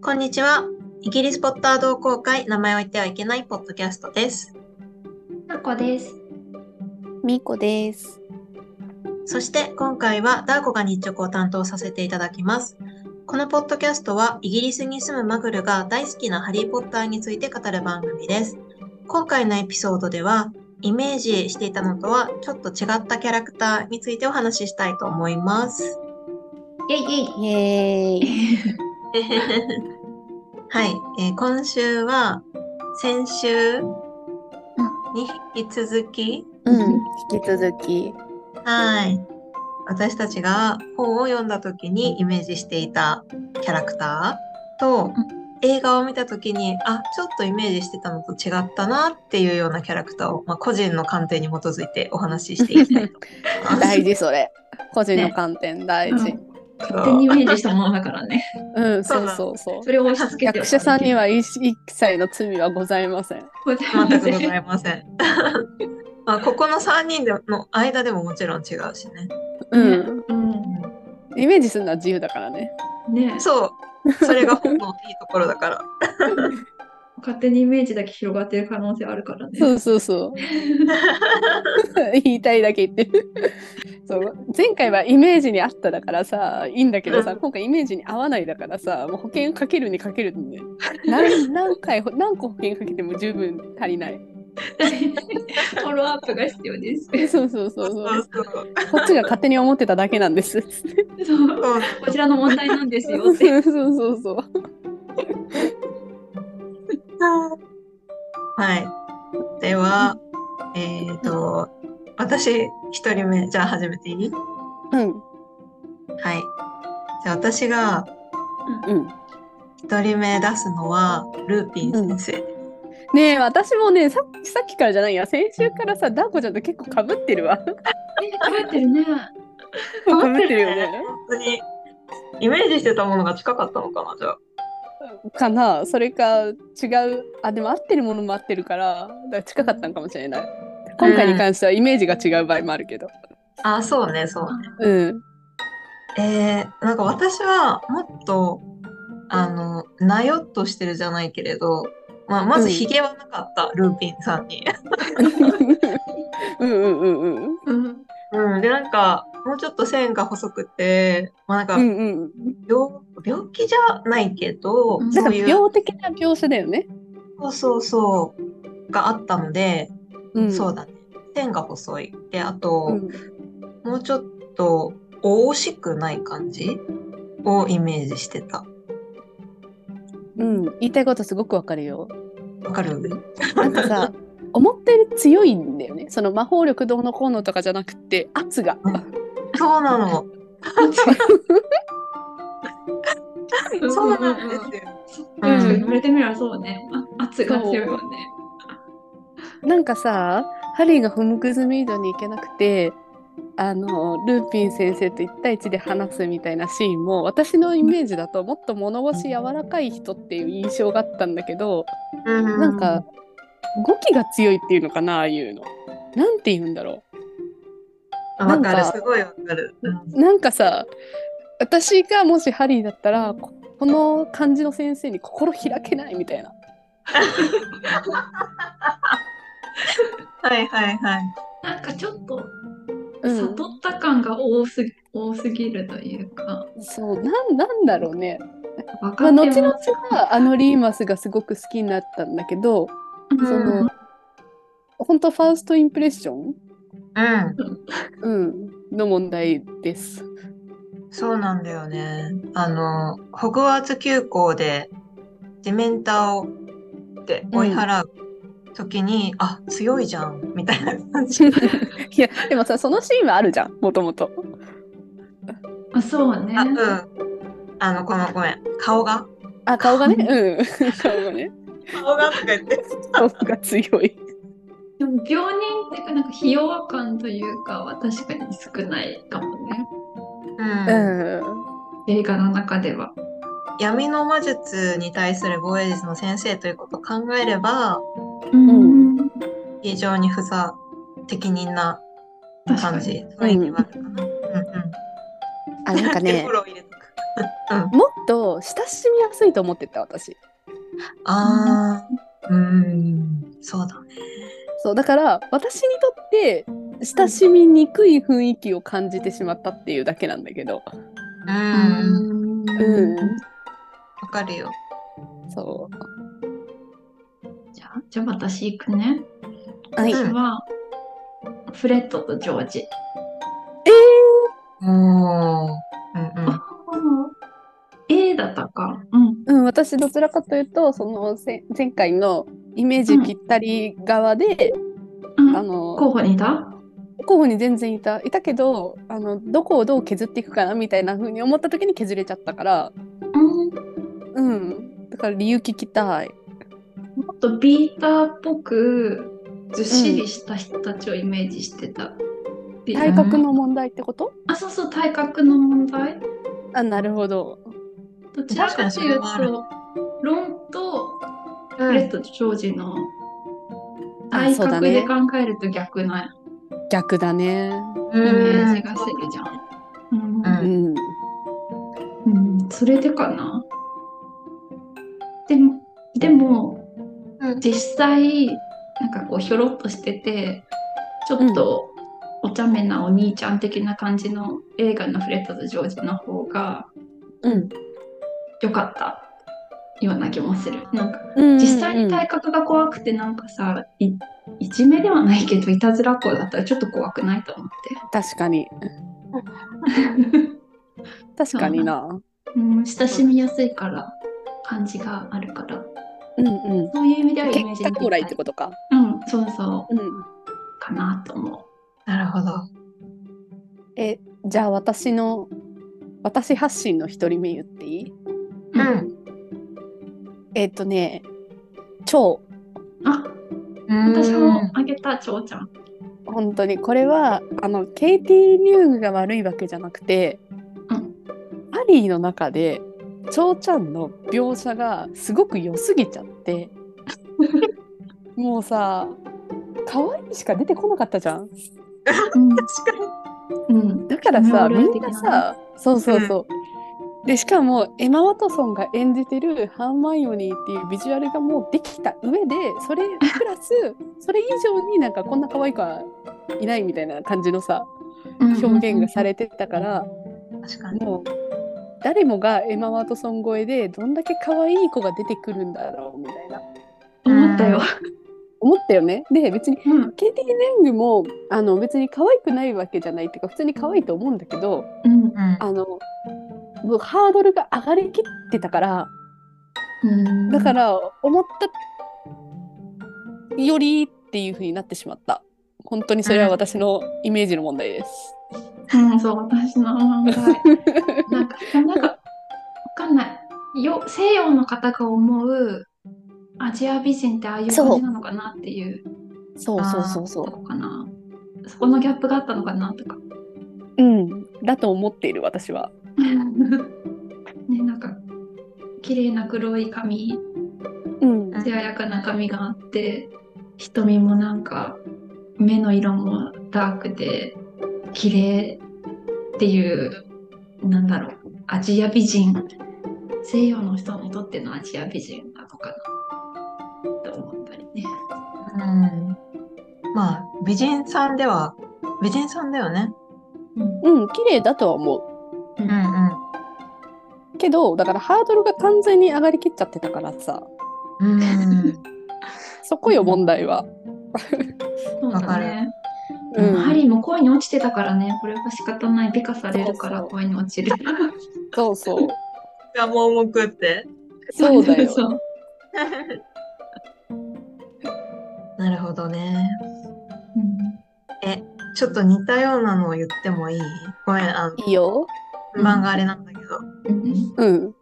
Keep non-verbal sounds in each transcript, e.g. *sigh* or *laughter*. こんにちは。イギリスポッター同好会名前を言ってはいけないポッドキャストです。なこです。みこです。そして今回はダーコが日直を担当させていただきます。このポッドキャストはイギリスに住むマグルが大好きなハリー・ポッターについて語る番組です。今回のエピソードではイメージしていたのとはちょっと違ったキャラクターについてお話ししたいと思います。イェイイイエーイ。ェイ。はい、えー今週は先週に引き続き、うん、引き続き。はい。私たちが本を読んだ時にイメージしていたキャラクターと、映画を見た時にあちょっとイメージしてたのと違ったなっていうようなキャラクターを、まあ、個人の観点に基づいてお話ししていきたいと思います。大事それ。個人の観点 *laughs* 大事。ね勝手にイメージしたものだからね。うん、そうそうなのそうそう。 *laughs* それを押し付けては役者さんには一一切の罪はございません。ございま全せんくございません。 *laughs* まあ、ここの3人での間でももちろん違うしね。うん、うんイメージするのは自由だからね。ねそう。それが本のいいところだから。勝手にイメージだけ広がってる可能性あるからね。そうそうそう。言いたいだけ言ってる。そう前回はイメージに合っただからさいいんだけどうさん今回イメージに合わないだからさもう保険かけるにかけるんで何何回何個保険かけても十分足りな *laughs* い。フォローアップが必要 *laughs* です。そうそう *laughs* そそうそうう。そうこっちが勝手に思ってただけなんです。そうそうこちらの問題なんですよそうって。 *laughs* そうそうそう。はい。では、えっ、と、私一人目、じゃあ始めていいうんはい。じゃあ私がうん。一人目出すのは、ルーピン先生。ねえ私もねさっきさっきからじゃないや先週からさダーコちゃんと結構かぶってるわ。かぶってるね。かぶってるよね。本当に、イメージしてたものが近かったのかな、じゃあ。かなそれか違うあでも合ってるものも合ってるからだから近かったのかもしれない。今回に関してはイメージが違う場合もあるけど。あ、そうね、そうね。うん。えー、なんか私は、もっと、あの、なよっとしてるじゃないけれど、まあ、まずヒゲはなかった、ルーピンさんに。うんうんうんうん。うん。うん、で、なんか、もうちょっと線が細くて、まあ、なんかう、んうん。病、病気じゃないけど、うんなんそかういう、病的な描写だよね。そうそうそう、があったので、うん。そうだね。線が細い。で、あと、うん。もうちょっと、惜しくない感じをイメージしてた。うん。言いたいことすごくわかるよ。わかるなんかさ思ったより強いんだよねその魔法力どうのこうのとかじゃなくて圧がそうな *laughs* の。そうなうんんでうんうん。すよ。確かにう言われてみればそうね。あ圧が強いわね。なんかさハリーがホムグズミードに行けなくてあのルーピン先生と一対一で話すみたいなシーンも私のイメージだともっと物腰柔らかい人っていう印象があったんだけどうん。なんか語気が強いっていうのかなああいうの。なんて言うんだろうあ、わかなんる。かすごいわかる。うんなんかさ私がもしハリーだったらここの感じの先生に心開けないみたいなはいはいはい。なんかちょっとう悟った感が多すぎ,、多すぎるというかん、そうなんなんだろうね、分まかあ、って後も々はあのリーマスがすごく好きになったんだけど々そうんの本当ファーストインプレッション、うん。うん、の問題です。そうなんだよね。あの、ホグワーツ急行でデメンターをって追い払う時に、あ、強いじゃん、みたいな感じ。いやでもさそのシーンはあるじゃんもともと。あそうねあ、うん。あの、この、ごめん。顔があ顔がねうん顔がね顔がとか言って。顔が強い。でも病人っていうかなんか費用感というかは確かに少ないかもねうん。うん映画の中では闇の魔術に対する防衛術の先生ということを考えれば、うん非常に不作適任な確か感にじ。そういう意味はあるかな。うんうん。あなん手かねフォロー入れとく。うんもっと親しみやすいと思ってた私ああ、うん、そうだね。そうだから私にとって親しみにくい雰囲気を感じてしまったっていうだけなんだけど、う、うんんうん、わかるよ。そじゃあ、じゃあ私行くね。うはい、うん私は、フレットとジョージ。おお、うんうん。 A だったか。うん。うん、私どちらかというとそのせ前回のイメージぴったり側で、うん、あの候補にいた候補に全然いたいたけどあのどこをどう削っていくかなみたいな風に思った時に削れちゃったからうん。もうんだから理由聞きたいっとビーターっぽく、ずっしりした人たちをイメージしてた。ビーター体格の問題ってことあ、そうそう、体格の問題。あなるほどどちらかという確かにそれと、ロンとうフレッん、トとジョージのあ体そうだ格ねで考えると逆な逆だねイメーうジんがするじゃん。うんううんんうん、それでかな。でも、でも、うん実際、なんかこう、ひょろっとしてて、ちょっと、お茶目なお兄ちゃん的な感じの映画のフレットとジョージの方がうん良かったような気もする。なんかうん実際にうん体格が怖くてなんかさいいじめではないけどいたずらっ子だったらちょっと怖くないと思っ確かにて、 *laughs* 確かになうん、親しみやすいから感じがあるからうんうんそういう意味ではイメージ結果にオーライってことかうんそうそううんかなと思なるほど。えじゃあ私の私発信の一人目言っていいうんえっ、とね超うあ私もあげたちょうちゃん本当にこれはあのケイティ・リュウグが悪いわけじゃなくて、うんハリーの中でチョウちゃんの描写がすごく良すぎちゃってもうさ可愛いしか出てこなかったじゃん確かに。うんだからさうんみんなさそうそうそう、でしかもエマ・ワトソンが演じてるハーマイオニーっていうビジュアルがもうできた上でそれプラス *laughs* それ以上になんかこんな可愛い子はいないみたいな感じのさ表現がされてたから、確かに。もう誰もがエマ・ワトソン越えでどんだけ可愛い子が出てくるんだろうみたいな思ったよ、思ったよね。で別にうんケイティ・レングもあの別に可愛くないわけじゃないっていうか普通に可愛いと思うんだけどうんうん、あのもうハードルが上がりきってたからうん、だから思ったよりっていう風になってしまった。本当にそれは私のイメージの問題です。うん、そう、私の問題。なんか、なんか、わかんない。よ、西洋の方が思うアジア美人ってああいう感じなのかなっていう *laughs* そうそうそうそとう。こかな。そこのギャップがあったのかなとか。うん、だと思っている私は。 *laughs* ね、なんか、綺麗な黒い髪、うん、うん艶やかな髪があって、瞳もなんか、目の色もダークで、綺麗っていう、なんだろう、アジア美人、西洋の人にとってのアジア美人なのかな、と思ったりね。うん、まあ美人さんでは美人さんだよね。うんうん、綺麗だとは思うんうん。う。けど、だからハードルが完全に上がりきっちゃってたからさ、うん、そこよ、問題は。そうだね。ううんハん、リーも恋に落ちてたからね、これは仕方ない。美化されるからそう恋に落ちる。そうそう。が盲目って。そうだ *laughs* よ。そうなるほどね。うんちょっと似たようなのを言ってもいいごめん、あの、いいよ。順番があれなんだけど。うんうん、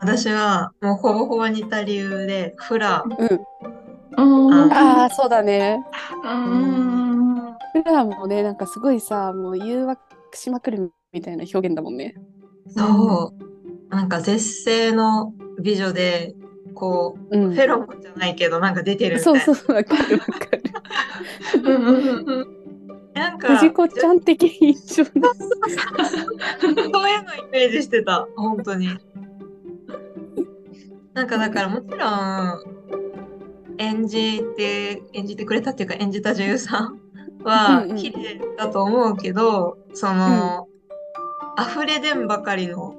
私はもうほぼほぼ似た理由で、フラ、うん。うんああ、そうだね。うんフラもね、なんかすごいさ、もう誘惑しまくるみたいな表現だもんね。そう、なんか絶世の美女で、こう、うんフ。ェロモンじゃないけど、なんか出てるみたいそな。うそう、わかるわかる。 *laughs* うんうんうんなんか、藤子ちゃん的印象だ。そういうのイメージしてた、本当に。なんかだからもちろん演じて演じてくれたっていうか演じた女優さんはうんうん綺麗だと思うけど、その、溢れ出んばかりの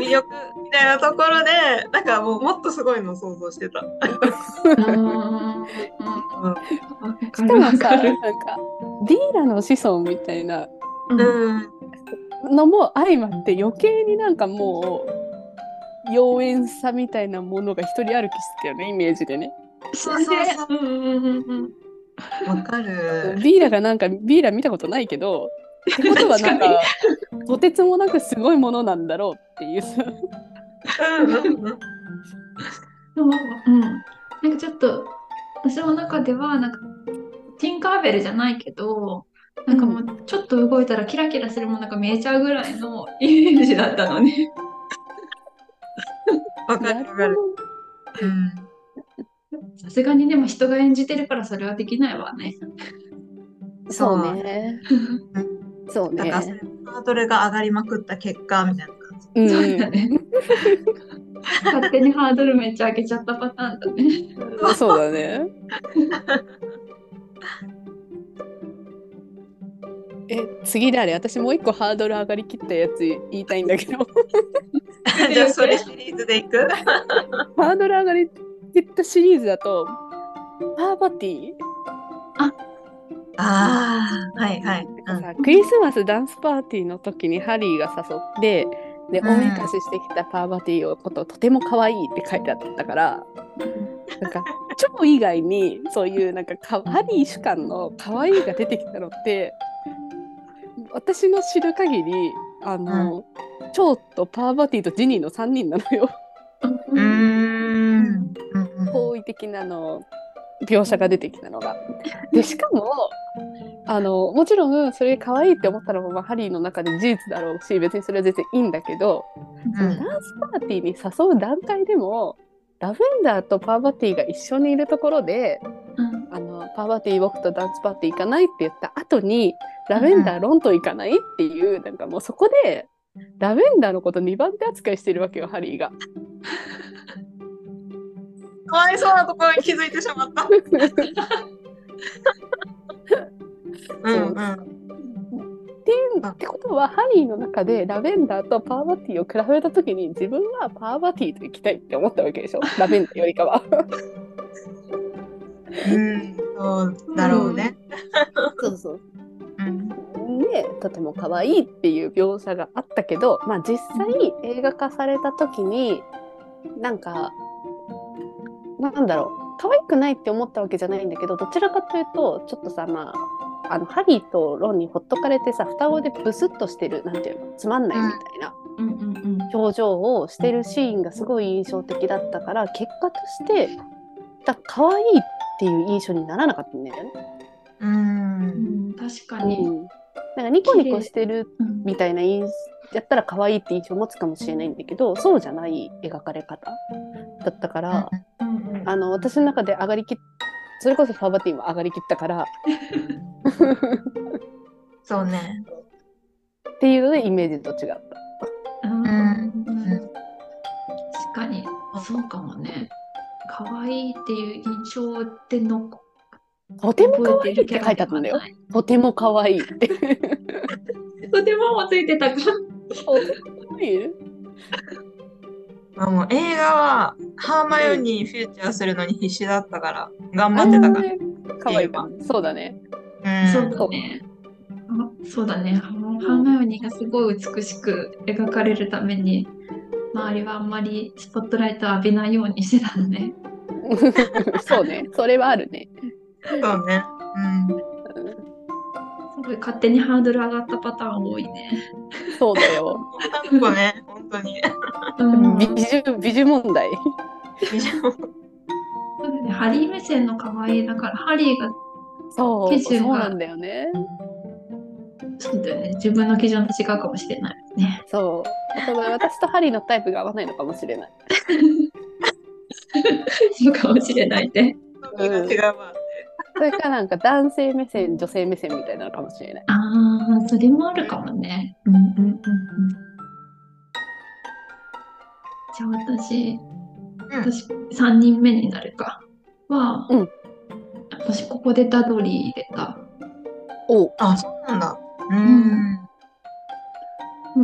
魅力みたいなところでなんかもうもっとすごいのを想像してた。うんうんわかしかるわもさかなんる。かディーラの子孫みたいなうん、のも相まって余計になんかもう妖艶さみたいなものが一人歩きしてたよねイメージでねそうそうそううんうんうんうんわかる。ビーラがなんかビーラ見たことないけどってことはなんかとてつもなくすごいものなんだろうっていうさうんうんうんでも、うん、なんかちょっと私の中ではなんかティンカーベルじゃないけどなんかもうちょっと動いたらキラキラするものが見えちゃうぐらいのイメージだったのね。わかるわかる。うんさすがにでも人が演じてるからそれはできないわね。 *laughs* そうねそうだねからそれハードルが上がりまくった結果みたいな感じ。うんそうだね。勝手にハードルめっちゃ上げちゃったパターンだね。そうだ *laughs* ね。え次誰私もう一個ハードル上がりきったやつ言いたいんだけど *laughs* じゃあそれシリーズでいく *laughs* ハードル上がりきったシリーズだとパーパティああ、はいはい。うなんんかさクリスマスダンスパーティーの時にハリーが誘ってで、うんおめかししてきたパーパティーのこととても可愛いって書いてあったからな *laughs* んか超以外にそういうなんかかハリー主観の可愛いが出てきたのって私の知る限りあの、チョウとパーバティとジニーの3人なのようーうんんうん好意的なの描写が出てきたのが。でしかもあのもちろんそれ可愛いって思ったのも、まあ、ハリーの中で事実だろうし別にそれは全然いいんだけど、うダんンスパーティーに誘う段階でもラベンダーとパーバティが一緒にいるところでうんあのパーバティー僕とダンスパーティー行かないって言った後にラベンダーロンと行かないっていう、なんかもうそこでラベンダーのこと2番手扱いしてるわけよハリーが。かわいそうなところに気づいてしまった。うんうん。っていうあってことはハリーの中でラベンダーとパーバティーを比べた時に自分はパーバティーと行きたいって思ったわけでしょ *laughs* ラベンダーよりかは。うん、そうだろうね。そうそううんでとても可愛いっていう描写があったけど、まあ、実際映画化された時になんかなんだろう可愛くないって思ったわけじゃないんだけどどちらかというとちょっとさまああのハリーとロンにほっとかれてさ双子でブスッとしてるなんていうのつまんないみたいなうんうん表情をしてるシーンがすごい印象的だったから結果としてだ可愛いっていう印象にならなかったんだよね。ううんん。確かうに。ん、なんかニコニコしてるうんみたいな印やったら可愛いって印象を持つかもしれないんだけどそうじゃない描かれ方だったから、うんうんあの私の中で上がりきっそれこそファーバティンは上がりきったからそうね。っていうのでイメージと違った。うんん確かにそうかもね可愛いっていう印象で残とても可覚愛えいてっるキてャラ書いでてあったはんだよな。いとても可愛 *laughs* いって。とてとてももついてたかも可愛いまあもう映画はハーマヨニーフューチャーするのに必死だったから、頑張ってたかあー可愛いかもそうだね。 *laughs* ら。うんそうだねあそうだねあのハーマヨニーがすごい美しく描かれるために周りはあんまりスポットライトを浴びないようにしてたのねそうね。それはあるね。そうね。すごい勝手にハードル上がったパターン多いね、そうだよ。うん。そうね、本当 *laughs* に。うん、美女美女問題。そうだねハリー目線の可愛いだからハリーがそう。基準そうがなんだよね。そうだよね自分の基準と違うかもしれないね *laughs* そう。あと私とハリーのタイプが合わないのかもしれない。そうかもしれないね時が違うわ。それかなんか男性目線、女性目線みたいなのかもしれない。ああ、それもあるかもね。うんうんうんうん。じゃあ私、うん。私3人目になるかは、うん私ここでダドリー入れたおあ、そうなんだ。う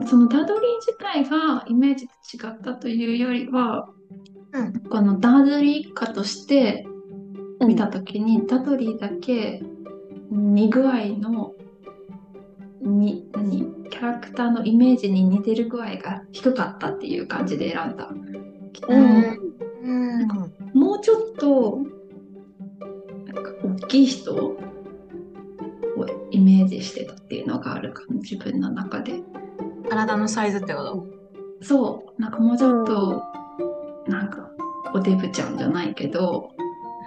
ーん。そのダドリー自体がイメージと違ったというよりは、うんこのダドリー一家としてうん見た時に、ダドリーだけ似具合のに何キャラクターのイメージに似てる具合が低かったっていう感じで選んだ。ううんんうん。もうちょっとなんか大きい人をイメージしてたっていうのがあるかな自分の中で。体のサイズってことそう、なんかもうちょっと、なんか、おデブちゃんじゃないけど、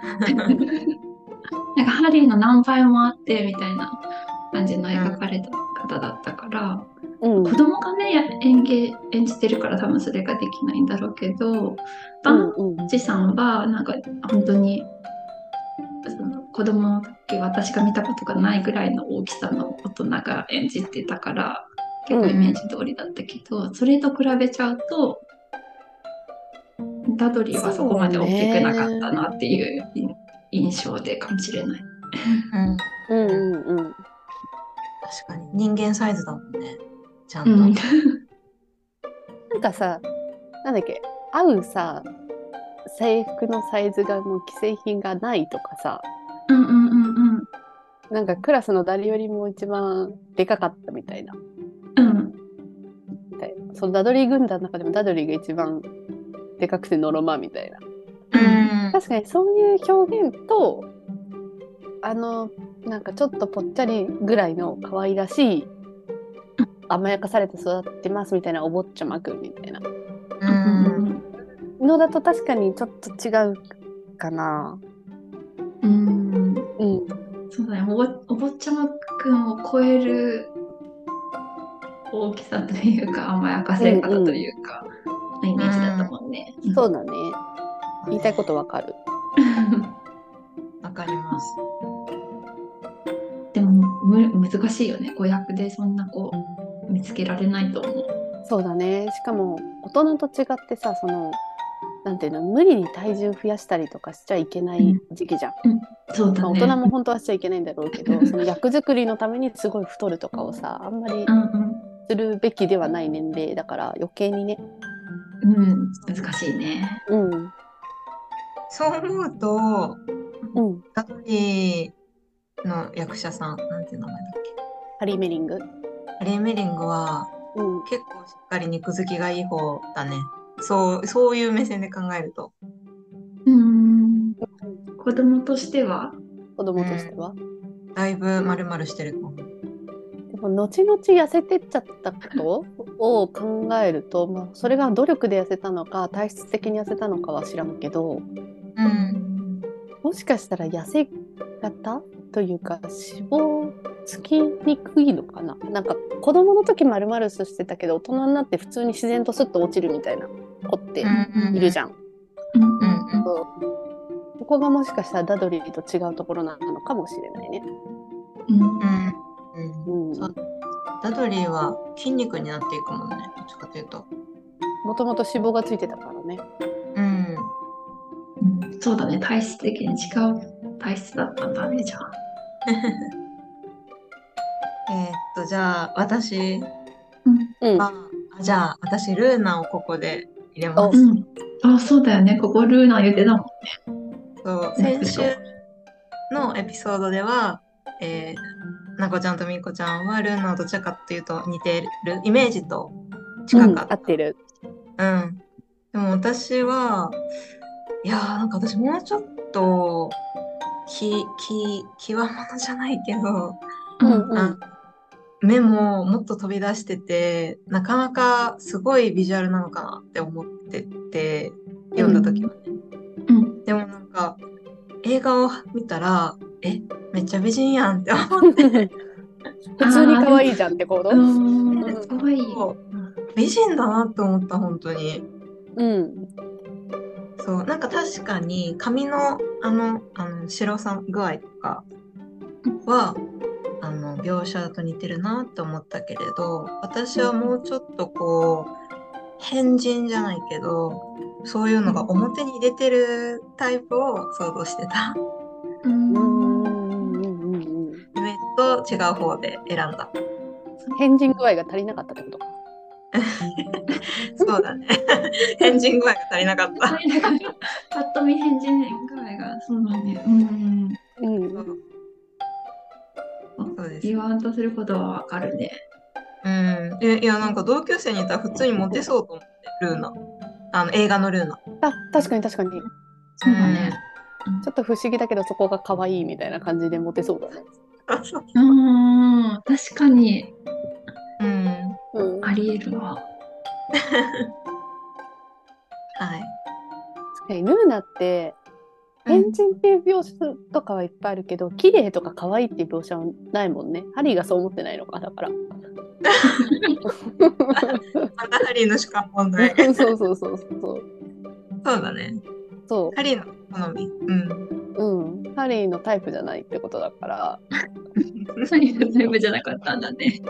*laughs* なんかハリーの何倍もあってみたいな感じの描かれた方だったから、うん子供がね、や演技、演じてるから多分それができないんだろうけど、バンうんうんチさんは、なんか、本当に、その子供の時私が見たことがないぐらいの大きさの大人が演じてたから結構イメージ通りだったけど、それと比べちゃうとダドリーはそこまで大きくなかったなっていう印象でかもしれない。うん。うんうんうん確かに。人間サイズだもんね。ちゃんと。うん、なんかさなんだっけ合うさ制服のサイズがもう既製品がないとかさうんうんうんなんかクラスの誰よりも一番でかかったみたいなうんうんみたいなそのダドリー軍団の中でもダドリーが一番でかくてノロマみたいなうん。確かにそういう表現とあのなんかちょっとぽっちゃりぐらいの可愛らしい甘やかされて育ってますみたいなお坊ちゃまくんみたいなう。うんんのだと確かにちょっと違うかな。うんうん、そうだねおぼお坊ちゃまくんを超える大きさというか甘やかせ方というか、イメージだったもんね。そううだね。言いたいことわかる。んわかります。でもむ難しいよね子役でそんな子見つけられないと思う。そうだね。しかも大人と違ってさ、そのなんていうの、無理に体重増やしたりとかしちゃいけない時期じゃん。そうまだあ、大ね。人も本当はしちゃいけないんだろうけ *laughs* ど、その役作りのためにすごい太るとかをさ、あんまりうんするべきではない年齢だから余計にね。うん、うん、難しいね。うん、そう思うと、うん。ダトリーの役者さん、なんていう名前だっけハリーメリング。ハリー・メリングはうん。結構しっかり肉付きがいい方だね。そう、そういう目線で考えると。うん子供としては子供としては。だいぶ丸々してると思う。でも後々痩せてっちゃったことを考えると、まあ、それが努力で痩せたのか体質的に痩せたのかは知らんけどうん。もしかしたら痩せ方というか脂肪つきにくいのかななんか子供の時丸々すしてたけど大人になって普通に自然とスッと落ちるみたいな子っているじゃん。ゃん。うんううんんうんそうここがもしかしたらダドリーと違うところなのかもしれないね。うんうん。うん。うんそうダドリーは筋肉になっていくもんね。どっちかというと。もともと脂肪がついてたからね。 *laughs* うん。うんそうだね体質的に違う体質だったんだねじゃあ。えーっと、じゃあ、私うんうん、は、あじゃあ、私、ルーナをここで入れまおす。うん、あそうだよねここルーナ言ってたもん。そうなるほ先ど週のエピソードでは、えー、なこちゃんとみーこちゃんはルーナをどちらかというと似てるイメージと近うん、か合った。ってる。うん。でも私は、いやーなんか私もうちょっと、き、き、きわものじゃないけど、うんうんうんあ目ももっと飛び出してて、なかなかすごいビジュアルなのかなって思ってて、読んだ時はね。うんでもなんか、映画を見たら、え、めっちゃ美人やんって思って、普通に可愛いじゃんってこと。うんうんかわいい。美人だなって思った、本当に。うん。そう、なんか確かに髪のあの、あの白さ具合とかは、あの、描写と似てるなって思ったけれど、私はもうちょっとこう、変人じゃないけどそういうのが表に出てるタイプを想像してた *laughs* ううんんうんうんうんイメージと違う方で選んだ変人具合が足りなかったってことかそうだね *laughs* 変人具合が足りなかったぱっと見変人ぐらいがそうだねうんうんそうです言わんとすることはわかるねうん、えいやなんか同級生にいたら普通にモテそうと思ってルーナあの映画のルーナあ確かに確かにそうだねちょっと不思議だけどそこが可愛いみたいな感じでモテそうだね。うん確かにうん *laughs* はうん、ありえるわい確かにルーナって変人っていう描写とかはいっぱいあるけど綺麗とか可愛いっていう描写はないもんね。ハリーがそう思ってないのかだから。またハリーの主観問題 *laughs* そうそうそうそうそうだねそハリーの好みうんう、うん、ハリーのタイプじゃないってことだから何が全部じゃなかったんだね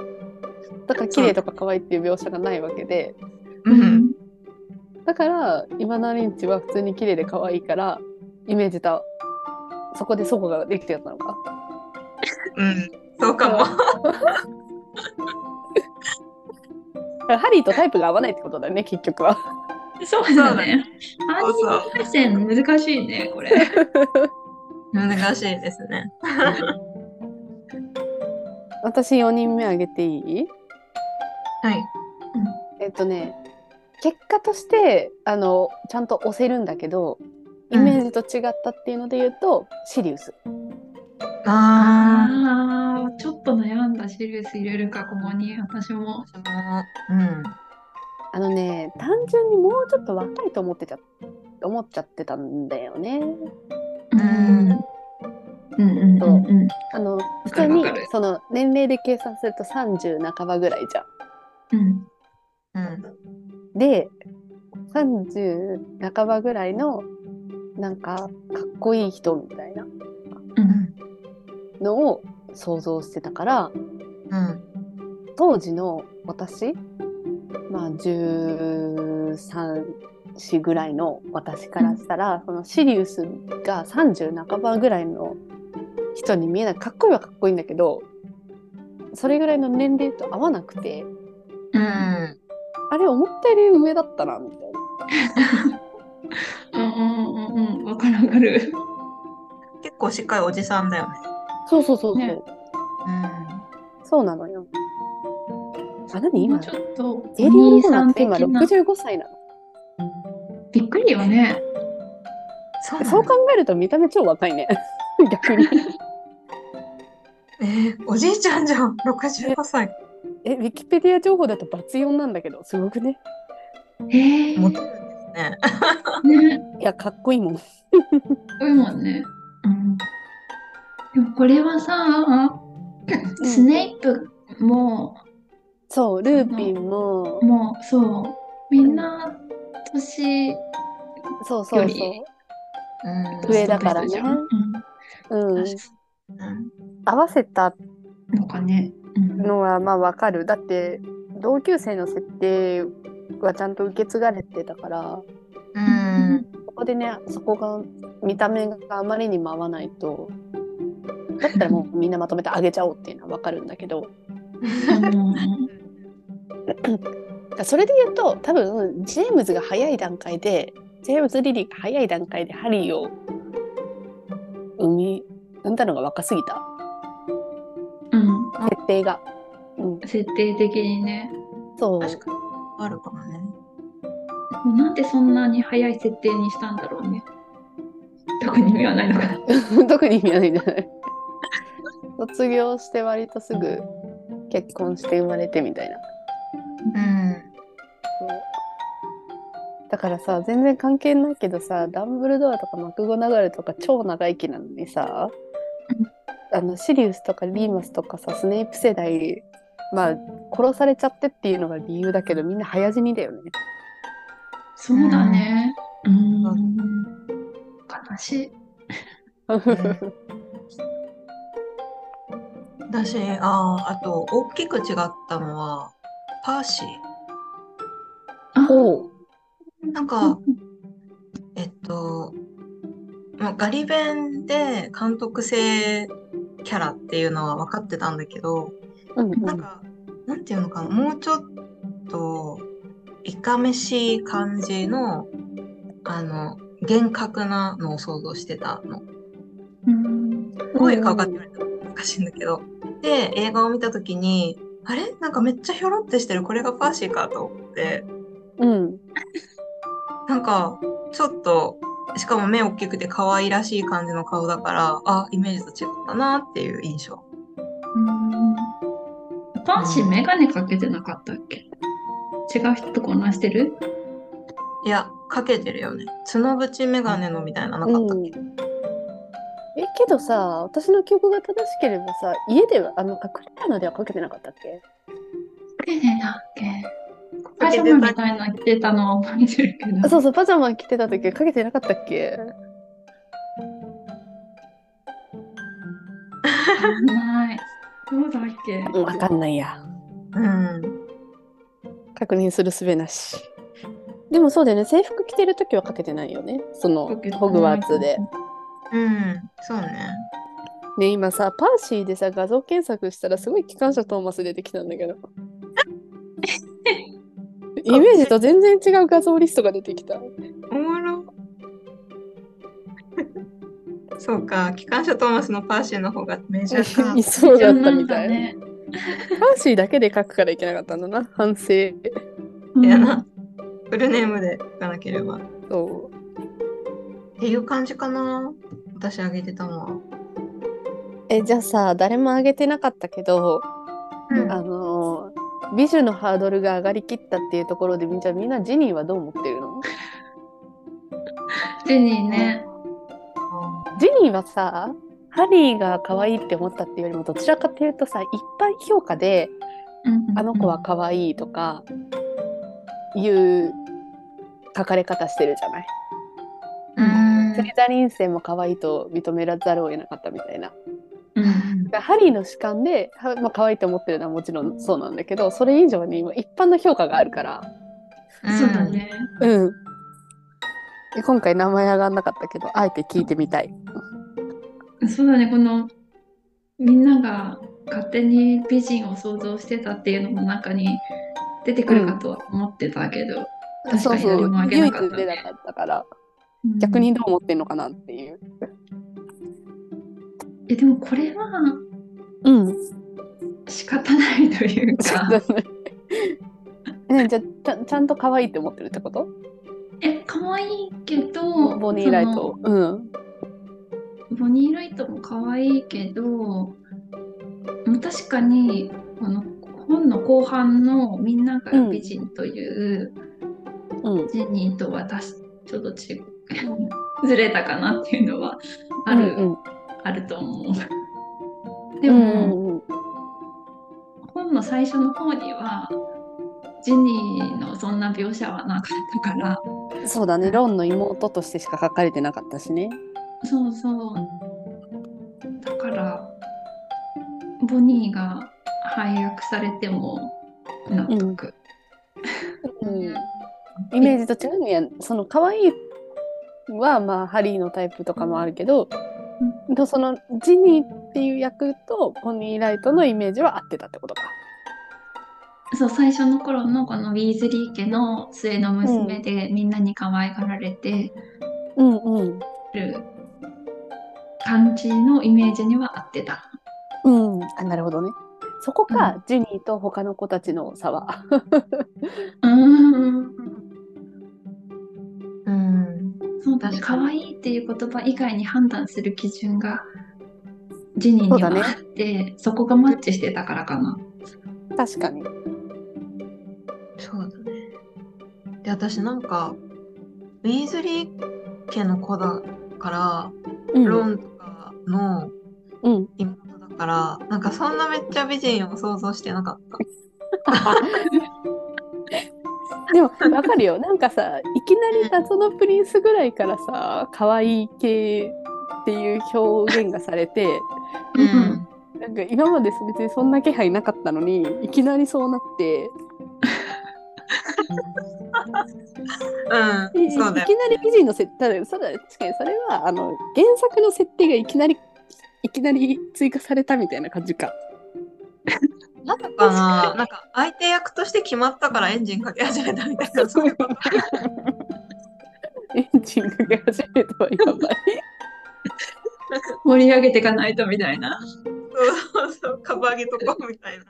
だから綺麗とか可愛いっていう描写がないわけでうんだから今のリンチは普通に綺麗で可愛いからイメージとそこで祖母ができてやったのか。うんそうかもハリーとタイプが合わないってことだよね結局は。そうだねハそうそうリー目線難しいねこれ難しいですね私4人目あげていいはいえっとね結果としてあのちゃんと押せるんだけどイメージと違ったっていうので言うと、シリウスあああちょっと悩んだシリウス入れるかここに私あも私もうんあのね単純にもうちょっと若いと思ってた思っちゃってたんだよねうんうんうんうんうんあの普か通るにわかるその年齢で計算すると30半ばぐらいじゃんうんうんで30半ばぐらいのなんかかっこいい人みたいなうんのを想像してたからうん当時の私まあ134ぐらいの私からしたら、そのシリウスが30半ばぐらいの人に見えないかっこいいはかっこいいんだけどそれぐらいの年齢と合わなくてうんあれ思ったより上だったなみたいな。うんうんうんうんわかるわかる結構しっかりおじさんだよねそうそうそうそう、ねそうなのよ。あ何もう今ちょっとジェリー・おオ兄ーナさーんっ的て今な65歳なの。びっくりよねそうなそんうだ考えると見た目超若いね *laughs* 逆に。えーおじいちゃんじゃ *laughs* ん65歳えウィキペディア情報だとバツ4なんだけどすごくねへえモねテるんですねいやかっこいいもん。多いもんね。うん、でもこれはさ、スネイプも、そうルーピンももうそう、みんな年そうそうよりそうん上だからねう、う、うんん、なうん合わせたのかね。うんのはまあわかるだって同級生の設定はちゃんと受け継がれてたからうんそこでねそこが見た目があまりにも合わないとだったらもうみんなまとめてあげちゃおうっていうのはわかるんだけどそれで言うと多分ジェームズが早い段階でジェームズ・リリーが早い段階でハリーを産み産んだのが若すぎたうん、設定が。うん、設定的にね。そう確かにあるかもね。もうなんでそんなに早い設定にしたんだろうね。特に意味はないのかな。特に意味ないんじゃない *laughs* 卒業して割とすぐ結婚して生まれてみたいうなん。だからさ全然関係ないけどさダンブルドアとかマクゴナガルとか超長生きなのにさあのシリウスとかリーマスとかさスネイプ世代まあ殺されちゃってっていうのが理由だけどみんな早死にだよねそうだね。うんう悲しい。 *laughs* だし、ああ、あと、大きく違ったのは、パーシー。あおうなんか、えっと、まあ、ガリ弁で監督性キャラっていうのは分かってたんだけど、うんうなんんか、なんていうのかな、もうちょっと、いかめしい感じの、あの、厳格なのを想像してたの。うんどういう顔かって言われたら難しいんだけど。で、映画を見たときに、あれなんかめっちゃひょろってしてる、これがパーシーかと思って、うんなんか、ちょっと、しかも目大きくて可愛らしい感じの顔だから、あ、イメージと違ったなっていう印象。うんパンシーメガネかけてなかったっけ違う人と混乱してるいや、かけてるよね。角縁メガネのみたいななかったっうんけ、えけどさ私の記憶が正しければさ家ではあの隠れ家のではかけてなかったっけかけてたっけパジャマみたいなの着てたのは覚えてるけど。あそうそうパジャマ着てた時かけてなかったっけない。どうだっけうんわかんないやうん。確認するすべなしでもそうだよね制服着てる時はかけてないよねそのホグワーツで。うん。そうね。ね今さパーシーでさ画像検索したらすごい機関車トーマス出てきたんだけどイメージと全然違う画像リストが出てきた。おもろ。 *laughs* そうか、機関車トーマスのパーシーの方がメジャーかいそうだったみただい、ね。パーシーだけで書くからいけなかったんだな反省うんやな。 *laughs* フルネームで書かなければ。っそうていう感じかな。私あげてたのは。えじゃあさ誰も挙げてなかったけど、うんあのー美女のハードルが上がりきったっていうところでじゃあみんなジニーはどう思ってるのジェニーね。ジニーはさハリーが可愛いって思ったっていうよりもどちらかというとさ一般評価であの子は可愛いとかいう書かれ方してるじゃない。うん星座輪生も可愛いと認めらざるを得なかったみたいな。うん。だからハリーの主観で、はまあ、可愛いと思ってるのはもちろんそうなんだけどそれ以上に今一般の評価があるから、そうだ。ね。うん、で今回名前上がんなかったけどあえて聞いてみたい。そうだね。このみんなが勝手に美人を想像してたっていうのも中に出てくるかとは思ってたけど。確そかうにそ誰うも上げな唯一かったね出なかったからうん逆にどう思ってんのかなっていう。えでもこれはうん仕方ないという *laughs* かね、じゃあちゃんちゃんと可愛いって思ってるってことえ可愛いけどボニー・ライト。うんそのボニーライトも可愛いけどうん確かにこの本の後半のみんなが美人といううんジェニーと私ちょっと違うずれたかなっていうのはある,、うんあると思う。うでんも、うんうん本の最初の方にはジェニーのそんな描写はなかったからうんそうだねロンの妹としてしか書かれてなかったしねそうそう。だから、ボニーが配役されても納得。うんイメージと違うのやその可愛いはまあハリーのタイプとかもあるけど、とそのジニーっていう役とポニー・ライトのイメージは合ってたってことか。そう、最初の頃のこのウィーズリー家の末の娘でみんなに可愛がられてうんうんる感じのイメージには合ってた。うん、あなるほどね。そこか、うジニーと他の子たちの差は。うーん。うん。そうだね。確かに可愛いっていう言葉以外に判断する基準がジェニーにはあって、そこがマッチしてたからかな。確かに。そうだね。で、私なんか、ウィーズリー家の子だから、うん、ロンとかのうん、 *laughs* 妹だから、なんかそんなめっちゃ美人を想像してなかった。でもわかるよなんかさいきなり謎のプリンスぐらいからさ可愛い系っていう表現がされてうん。なんか今まで別にそんな気配なかったのにいきなりそうなってういいん、きそうなだりよ。美人の設定それ確かにそれはあの原作の設定がいきなりいきなり追加されたみたいな感じか。なんだかな、なんか相手役として決まったからエンジンかけ始めたみたいな。そういうこと *laughs* エンジンかけ始めたはやばい。盛り上げていかないとみたいな。そうそう、カバーげとこうみたいな。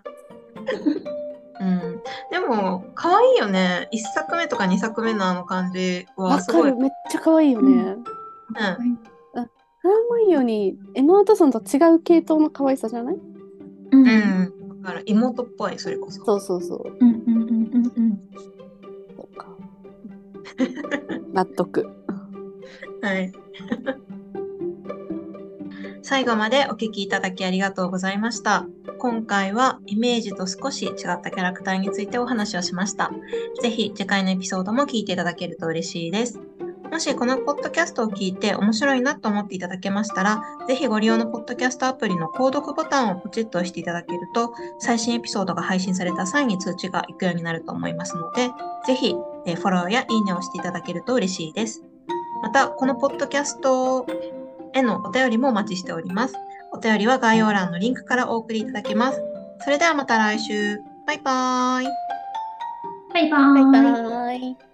うん、でも可愛いよね1作目とか2作目のあの感じわはすかごい、るね、めっちゃ可愛いよね。うハーマイオニーエマ・ワトソンとは違う系統の可愛さじゃないうんううんんわかる妹っぽいそれこそそうそうそう。うんうんうんうん。そうか納得。はい。 *laughs* 最後までお聞きいただきありがとうございました。今回はイメージと少し違ったキャラクターについてお話をしました。ぜひ次回のエピソードも聞いていただけると嬉しいです。もしこのポッドキャストを聞いて面白いなと思っていただけましたら、ぜひご利用のポッドキャストアプリの購読ボタンをポチッと押していただけると、最新エピソードが配信された際に通知が行くようになると思いますので、ぜひえーフォローやいいねをしていただけると嬉しいです。また、このポッドキャストへのお便りもお待ちしております。お便りは概要欄のリンクからお送りいただけます。それではまた来週。バイバーイ。バイババーイ。イ。